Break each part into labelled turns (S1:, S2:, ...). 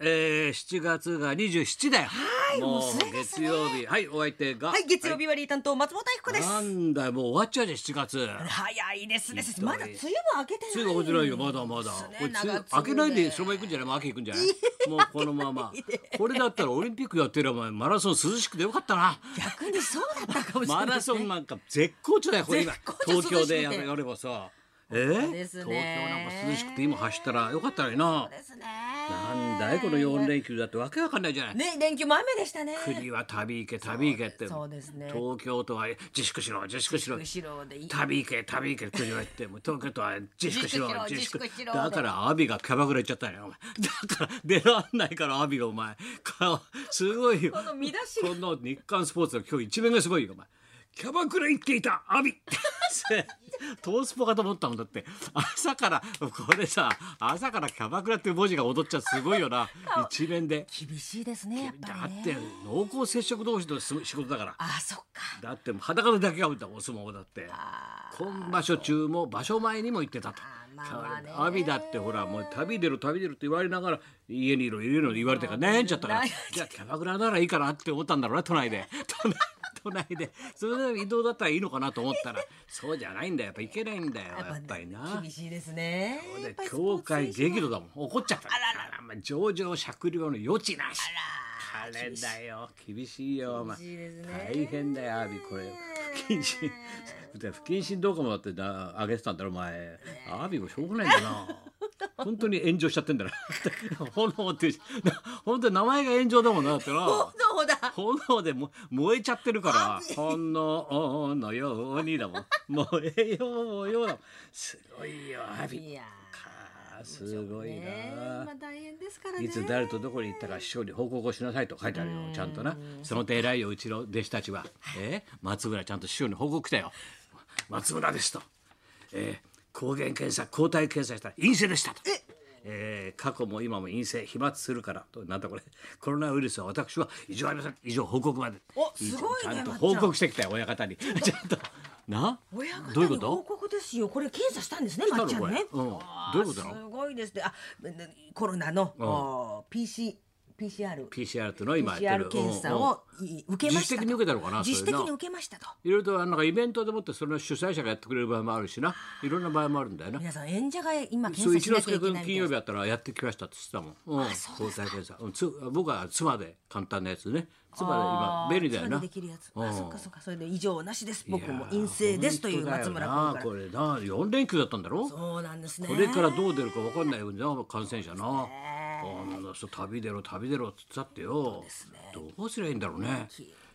S1: えー、7月が27だよ。
S2: はいもうすぐです
S1: 月
S2: ね
S1: 曜日。はい、お相手が。
S2: はい、月曜日割り担当松本彦です。
S1: なんだよ、もう終わっちゃうじゃん、7月。
S2: 早いですね
S1: ひ。どい
S2: まだ梅雨も明けてない。
S1: 梅雨が落ちないよ、まだまだ。これ、梅雨明けないで、そのまま行くんじゃないもう秋行くんじゃないもうこのまま。これだったらオリンピックやってるお前、マラソン涼しくてよかったな。
S2: 逆にそうだったかもしれな
S1: マ
S2: い。
S1: ラソンなんか絶好調だよ、これ今
S2: 絶好。調
S1: 東京でや
S2: 涼しくて
S1: ればさ。え
S2: です
S1: 東京なん
S2: ね
S1: か涼しくて今走ったらよかったらいいな
S2: そう。ですね。
S1: なんだい、この4連休だってわけわかんないじゃない。
S2: ね、連休も雨でしたね。
S1: 国は旅行け旅行けって
S2: そうですね
S1: 東京都は自粛しろ自粛しろ
S2: 後ろでいい。
S1: 旅行け旅行け国は言ってもう東京都は自粛しろ自
S2: 自
S1: 粛
S2: 粛しろ自粛しろ
S1: だから阿炎がキャバクラ行っちゃったよお前だから出らんないから阿炎がお前かすごいよ
S2: この見出しが
S1: この日刊スポーツの今日一面がすごいよお前キャバクラ行っていた阿 炎トースポかと思ったもんだって朝からこれさ朝からキャバクラっていう文字が踊っちゃすごいよな一面で
S2: 厳しいですね。やっぱ
S1: だ
S2: り
S1: っ
S2: ね。
S1: て濃厚接触同士の仕事だから
S2: あ、そっか。
S1: だって裸で抱き合うんだもんお相撲だって
S2: あ
S1: 今場所中も場所前にも行ってたと
S2: あーまあまあね
S1: 阿炎だってほらもう旅出る旅出るって言われながら家にいろいろ言われてから悩んじゃったから
S2: 悩ん
S1: じゃあキャバクラならいいかなって思ったんだろうな都内で都内都内でそれで移動だったらいいのかなと思ったらそうじゃないんだよやっぱ行けないんだよやっぱりな
S2: 厳しいですね。やっ
S1: で
S2: ぱりスポ
S1: 教
S2: ーツ選
S1: 会
S2: 手は
S1: 激怒だもん怒っちゃったあらまあ上場酌量の余地なしあれだよ厳しいよお前
S2: 厳しいですね
S1: 大変だよアビこれ不謹 慎で不謹慎どうかもだってな上げてたんだろお前アビもしょうがないんだな本当に炎上しちゃってんだな 炎っていうしな本当に名前が炎上だもんなだってな
S2: そうだ。
S1: 炎でも燃えちゃってるから炎のようにだもん燃えようようだもんすごいよアビ
S2: いや
S1: あーすごい
S2: ー。ね
S1: な。
S2: まあ大変ですからね。
S1: いつ誰とどこに行ったか師匠に報告をしなさいと書いてあるよちゃんとなその手偉いようちの弟子たちは、えー松村ちゃんと師匠に報告来たよ松村ですと、えー抗原検査抗体検査したら陰性でしたとえー過去も今も陰性飛沫するからとなんだこれコロナウイルスは私は異常ありません以上報告まで
S2: おすごいね
S1: ちゃんと
S2: まっちゃん
S1: 報告してきたよ親方に ちゃんとな
S2: 親方に
S1: どういうこ
S2: 報
S1: と
S2: 告ですよ。これ検査したんですね、まっちゃんね。
S1: これうん
S2: あー
S1: どういうことなの
S2: すごいですね。あ、コロナの、おー PC、PCR、
S1: PCR との今やって
S2: PCR
S1: る
S2: 検査
S1: うんうん
S2: をい受けまし
S1: 自主的
S2: たと。
S1: に受けたのかなそれな
S2: 自主的に受けましたと。
S1: いろいろとあのなんかイベントでもってその主催者がやってくれる場合もあるしないろんな場合もあるんだよな。
S2: 皆さん演者が今
S1: そう
S2: 検査
S1: 一
S2: し
S1: 之
S2: なきゃ
S1: 輔
S2: いけな
S1: 君
S2: い
S1: 金
S2: みた
S1: 曜
S2: い
S1: 日
S2: な。
S1: やったらやってきましたって言ってたもん。うん。
S2: そう
S1: 抗体検査。うんつ僕は妻で簡単なやつね。妻で今便利だよ
S2: つま
S1: な
S2: り。できるやつ。
S1: う
S2: あ、
S1: ん
S2: そっかそっか。それで異常はなしです。
S1: い
S2: 僕
S1: やー
S2: も陰性ですという松村君から。
S1: 本当だよなこれな四連休だったんだろ。
S2: そうなんですね。
S1: これからどう出るかわかんないよな感染者な。あのそう旅出ろ旅出ろって言ったってよ。どうすりゃいいんだろうね。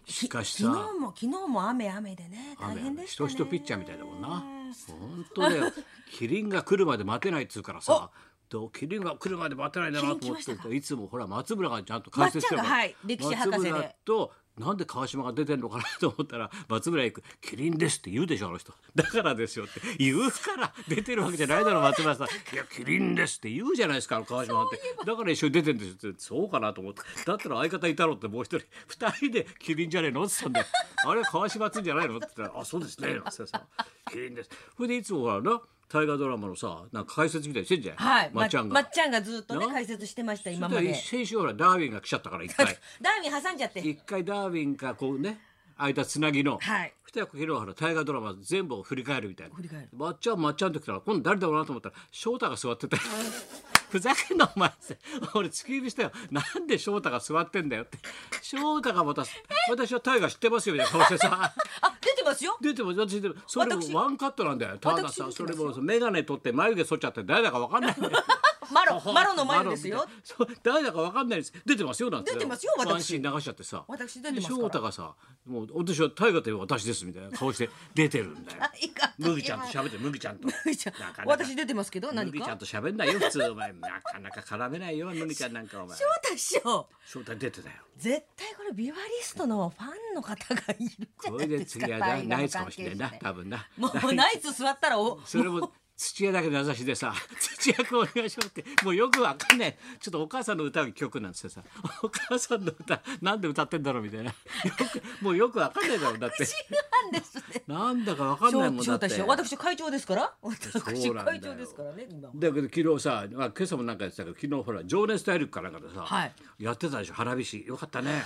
S1: しかしさ。
S2: 昨日も昨日も雨雨でね、大変でしたね。
S1: 人々ピッチャーみたいだもんな本当 だよキリンが来るまで待てないっつうからさどうキリンが来るまで待てないんだなと思ってるといつもほら松村がちゃんと解説してるから
S2: まっちゃんがはい歴史博士で
S1: 松村となんで川島が出てんのかなと思ったら松村行く「キリンです」って言うでしょあの人だからですよって言うから出てるわけじゃないだろ松村さん「いやキリンです」って言うじゃないですかあの川島なんてだから一緒に出てんですよってそうかなと思ってだったら相方いたろってもう一人二人で「キリンじゃねえの?」って言ったんで「あれ川島つんじゃないの?」って言ったら「あそうですね」なんてさキリンです」それでいつもほらな大河ドラマのさなんか解説みたいにしてんじゃん、
S2: はい、
S1: まっちゃんが。
S2: まっちゃんがずっとね
S1: な
S2: 解説してました今ま
S1: それで
S2: で。
S1: 先週ほらダーウィンが来ちゃったから一回。
S2: ダーウィン挟んじゃって。
S1: 一回ダーウィンかこうね間つなぎの、
S2: はい
S1: そしたら昨日は大河ドラマ全部を振り返るみたいな
S2: 振り返る
S1: まっちゃんまっちゃんって来たら今度誰だろうなと思ったら翔太が座ってたふざけんなお前って俺突き指したよなんで翔太が座ってんだよって翔太がまた私は大河知ってますよみたいな顔してさ
S2: あ、出てますよ。
S1: 出ても私でもそれも
S2: 私
S1: ワンカットなんだよたださ
S2: 私
S1: それも眼鏡取って眉毛剃っちゃって誰だか分かんないんだよ
S2: マロ、 マロの前です
S1: マロ
S2: よ
S1: み。たい なそう誰だかわかんないです。出てますよなんて。
S2: 出てますよ私
S1: ワンシーン流しちゃってさ。
S2: 私出てますから
S1: 翔太がさ、もう私は大河という私ですみたいな顔して出てるんだよ。
S2: いか
S1: 麦ちゃんと喋って麦ちゃんと。
S2: 麦ちゃん
S1: なかなか
S2: 私出てますけど何
S1: 麦ちゃ
S2: か
S1: んと喋んないよ普通お前なかなか絡めないよ麦ちゃんなんかお前。
S2: 翔太師匠
S1: 翔太出てたよ。
S2: 絶対これビバリストのファンの方がいるじゃ
S1: こ
S2: な
S1: れ
S2: い
S1: で
S2: です
S1: 次
S2: か
S1: は
S2: 大
S1: な
S2: 河の
S1: ナイツかもしれない
S2: 関
S1: な
S2: 係者で
S1: 多分な。
S2: もうナイツ座ったらお
S1: それも土屋だけ名指しでさ「土屋君お願いします」ってもうよくわかんないちょっとお母さんの歌が曲なんですよさお母さんの歌なんで歌ってんだろうみたいなよくもうよくわかんないだろうだって
S2: 違うんですね
S1: なんだかわかんないもんだ
S2: 招
S1: って
S2: 待して私会長ですから
S1: そ
S2: 私
S1: うなんだよ
S2: 会長ですからね今
S1: だけど昨日さ、まあ、今朝もなんかやってたけど昨日ほら「情熱大陸」かなんかでさ、
S2: はい
S1: やってたでしょ花火師よかったね。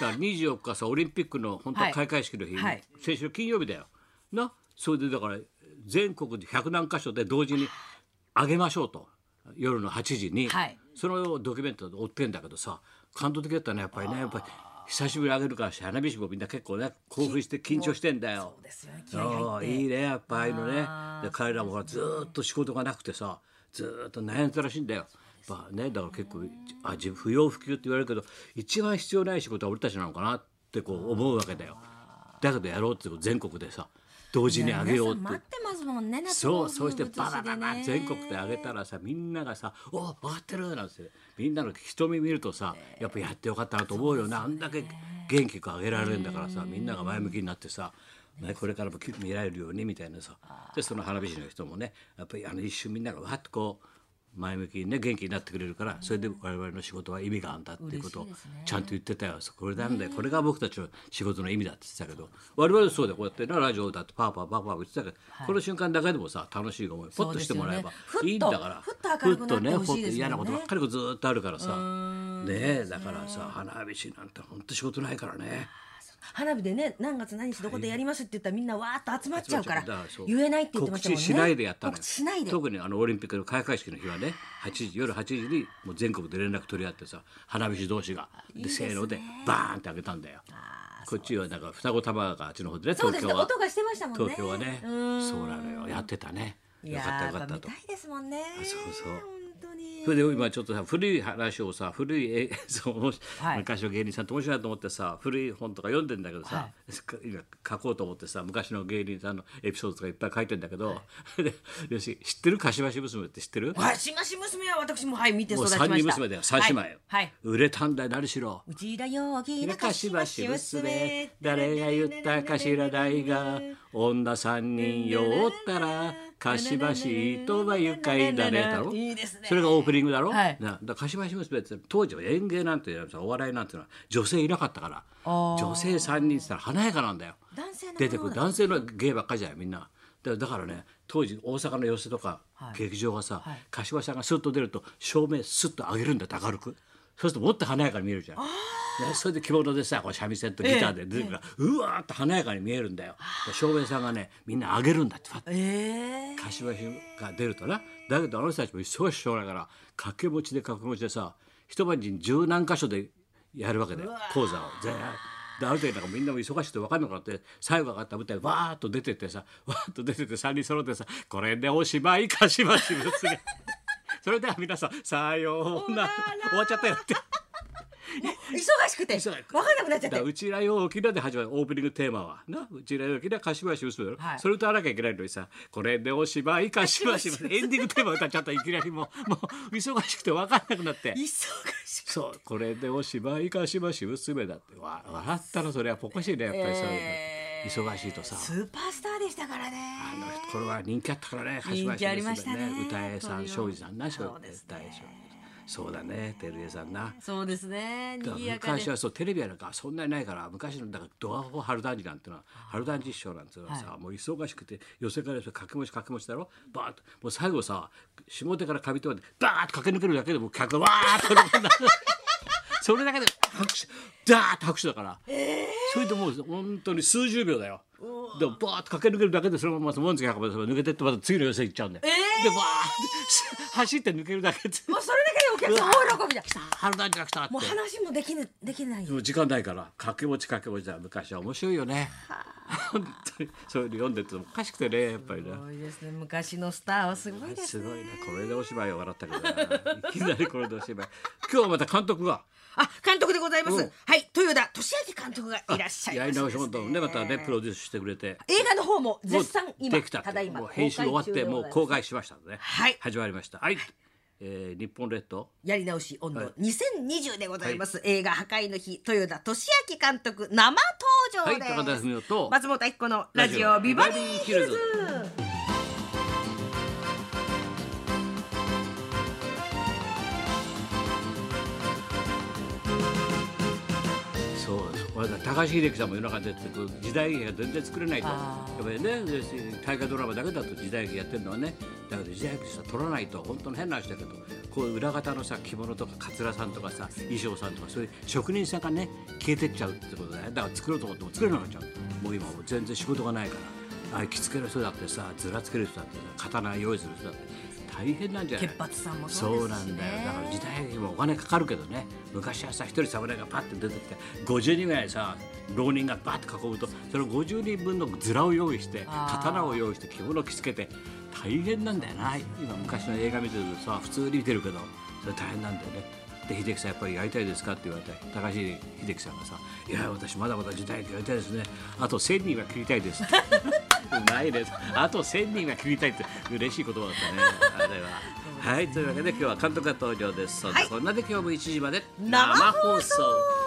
S1: だから24日さオリンピックの本当は開会式の日、
S2: はい
S1: 先週金曜日だよ。なそれでだから全国で100何箇所で同時に上げましょうと夜の8時に、
S2: はい
S1: そのドキュメントで追ってんだけどさ感動的だったねやっぱりねやっぱり久しぶりに上げるからして花火師もみんな結構ね興奮して緊張してんだよ。
S2: そうですよね気合入って
S1: うんいいねやっぱああいうのね
S2: あー
S1: で彼らもほらずーっと仕事がなくてさずーっと悩んでたらしいんだよ。やっぱねだから結構あ自分不要不急って言われるけど一番必要ない仕事は俺たちなのかなってこう思うわけだよ。だけどやろうってこと全国でさ同時にあげようって。
S3: 皆さん待ってますもんね夏
S1: そ
S3: の
S1: うそうして
S3: 風物詩
S1: バババ
S3: で
S1: バ
S3: ね
S1: 全国であげたらさみんながさ「お分かってる」なんてみんなの瞳見るとさやっぱやってよかったなと思うよなあんだけ元気よくあげられるんだからさみんなが前向きになってさ、ね、これからもき見られるようにみたいなさでその花火師の人もねやっぱりあの一瞬みんながわっとこう。前向きにね元気になってくれるからそれで我々の仕事は意味があるんだっていうことをちゃんと言ってたよ、これなんでこれが僕たちの仕事の意味だって言ってたけど我々はそうでこうやってなラジオだってパーパーパーパー言ってたけど、この瞬間だけでもさ楽しい思いポッとしてもらえば
S2: そう
S1: い
S2: ですよね
S1: いんだから
S2: ふっとふっと明るくなっ
S1: ふっとね
S2: てほしい
S1: ほっと
S2: ですもんね
S1: 嫌なことばっかりこうずーっとあるからさねえだからさ花火師なんて本当仕事ないからね。
S2: 花火でね何月何日どこでやりますって言ったらみんなわーっと集まっちゃうから
S1: だらそう
S2: 言えないって言ってましたもんね
S1: 告知しないでやったのよ
S2: 告知しないで
S1: 特にあのオリンピックの開会式の日はね8時夜8時にもう全国で連絡取り合ってさ花火師同士がでせーのでバーンってあげたんだよこっちはなんか双子玉があっちの方でね
S2: そうで
S1: 東京
S2: すね
S1: は
S2: 音がしてましたもんね
S1: 東京はね
S2: うん
S1: そうなのよやってたね
S2: い
S1: よ
S2: や
S1: かった
S2: ー
S1: よか
S2: や
S1: っ
S2: っ
S1: た
S2: ぱ見
S1: と
S2: たいですもんね
S1: そうそう
S2: 本当に
S1: それで今ちょっとさ古い話をさ古いえそう面白い
S2: はい
S1: 昔の芸人さんって面白いなと思ってさ古い本とか読んでんだけどさ、
S2: は
S1: 今書こうと思ってさ昔の芸人さんのエピソードとかいっぱい書いてんだけど、でよし知ってる柏し娘って知ってる
S2: わしまし娘は私もはい見て
S1: も
S2: 育
S1: う
S2: ちました
S1: 三人娘だよ三姉妹、
S2: はい、はい、
S1: 売れたんだよ何しろ
S2: うちらよぎな
S1: 田
S2: か
S1: 舎
S2: し
S1: し
S2: ば
S1: ば
S2: し
S1: し
S2: 娘
S1: 娘誰が言ったか知らないが女三人酔ったらかしばしとは愉快だねだろ
S2: いいですね
S1: それがオープニングだろ、
S2: はい
S1: なだかしばし娘って当時は演芸なんていうのはさお笑いなんていうのは女性いなかったから
S2: あー
S1: 女性三人って言ったら華やかなんだよ
S2: 男性の
S1: 出てく
S2: も
S1: る
S2: のだ
S1: 男性の芸ばっかりじゃないみんなだだからね当時大阪の寄席とか
S2: はい
S1: 劇場がさ、
S2: はい
S1: 柏さんがスッと出ると照明スッと上げるんだって明るくそうするともっと華やかに見えるじゃん。ねそれで着物でさこう三味線とギターで出てくるから、うわーっと華やかに見えるんだよ。で照明さんがねみんな上げるんだってファッと
S2: ええ
S1: 柏が出るとなだけどあの人たちも忙しそうだから掛け持ちで掛け持ちでさ一晩に十何箇所でやるわけだよ講座を全員である時なんかみんなも忙しくて分かんなくなって最後上がった舞台わーっと出てってさわーっと出てって3人揃ってさこれでおしまいかしばし娘それでは皆さんさようなら終わっちゃったよって。
S2: 忙しくて分
S1: 忙しく
S2: かんなくなっち
S1: だ
S2: ゃっ
S1: から
S2: て
S1: うちらよ沖縄で始まるオープニングテーマはなうちらよ沖縄柏林嘘だろ、
S2: はい
S1: それ歌わなきゃいけないのにさこれでおしまい柏しエンディングテーマ歌っちゃったいきなりもうもう忙しくて分かんなくなって
S2: 忙しく
S1: そうこれでおしまい柏し娘だってわ笑ったらそれはぽこしいねやっぱりそういうの忙しいとさ、
S2: スーパースターでしたからね
S1: あのこれは人気あったからね柏林
S2: 人気ありましたね
S1: 歌えさん庄司さんな庄
S2: そう
S1: 司
S2: です
S1: 歌
S2: ね
S1: え庄司そうだね照江さんな
S2: そうですね
S1: だか
S2: 賑
S1: ら
S2: やかで
S1: 昔はそうテレビやなんかそんなにないから昔のだからドアホ春団児なんてのは春団児師匠なんてのはさ、もう忙しくて寄せから掛け持ち掛け持ちだろバーッともう最後さ下手から上手までバーッと駆け抜けるだけでもう客がわーッと喜んだそれだけで拍手ダーッと拍手だから、それでもう本当に数十秒だよ。でもバーッと駆け抜けるだけでそのまま門付け運ば抜けてってまた次の寄せ行っちゃうんだよ。でバーッて走って抜けるだけで
S2: もうそれだけでお客さん大喜びだ
S1: 春団児が来たって
S2: もう。話もできぬできない
S1: もう時間ないから掛け持ち掛け持ちだ昔は面白いよね本当にそういうの読んでてもおかしくてねやっぱりね
S2: すごいですね昔のスターはすごいです
S1: す
S2: ね
S1: ごいねこれでお芝居を笑ったけどな いきなりこれでお芝居今日はまた監督が
S2: あ監督でございま
S1: うん
S2: すはい豊田俊明監督がいらっしゃいま
S1: や
S2: す
S1: り直し本をねまたねプロデュースしてくれて
S2: 映画の方も絶賛
S1: も
S2: 今
S1: うできたって
S2: ただ今
S1: もう編集終わってもう公
S2: 公開
S1: 開
S2: 中でございます
S1: しましたのでね
S2: はい
S1: 始まりましたはい、えー日本列島
S2: やり直し温度2020でございます、映画破壊の日豊田俊明監督生登場です、
S1: はい高田文夫と
S2: 松本明子のラジオビバリーヒルズ
S1: そうそう俺だ高橋英樹さんも夜中に出てると時代劇が全然作れないとや
S3: あー
S1: っぱりねで大河ドラマだけだと時代劇やってるのはねだけど時代劇さ撮らないと本当の変な話だけどこういう裏方のさ着物とかカツラさんとかさ衣装さんとかそういう職人さんがね消えてっちゃうってことだよだから作ろうと思っても作れなくなっちゃうもう今もう全然仕事がないからあれ着付けの人だってさずらつける人だってさ刀用意する人だって大変なんじゃない
S3: 潔髪さんも
S1: そ
S3: そうで
S1: うな
S3: すしね
S1: んだよだから時代劇もお金かかるけどね昔はさ一人侍がパッて出てきて50人ぐらいさ浪人がバッて囲むとその50人分のヅラを用意して
S3: あー
S1: 刀を用意して着物を着付けて大変なんだよな今昔の映画見てるとさ普通に見てるけどそれ大変なんだよねで秀樹さんやっぱりやりたいですかって言われて高橋秀樹さんがさ「いや私まだまだ時代劇やりたいですねあと1,000人は切りたいです」ってうまいです。あと千人が切りたいって嬉しい言葉だったね。あれは。はい、というわけで今日は監督が登場です。そんなこんなで今日も1時まで
S2: 生放送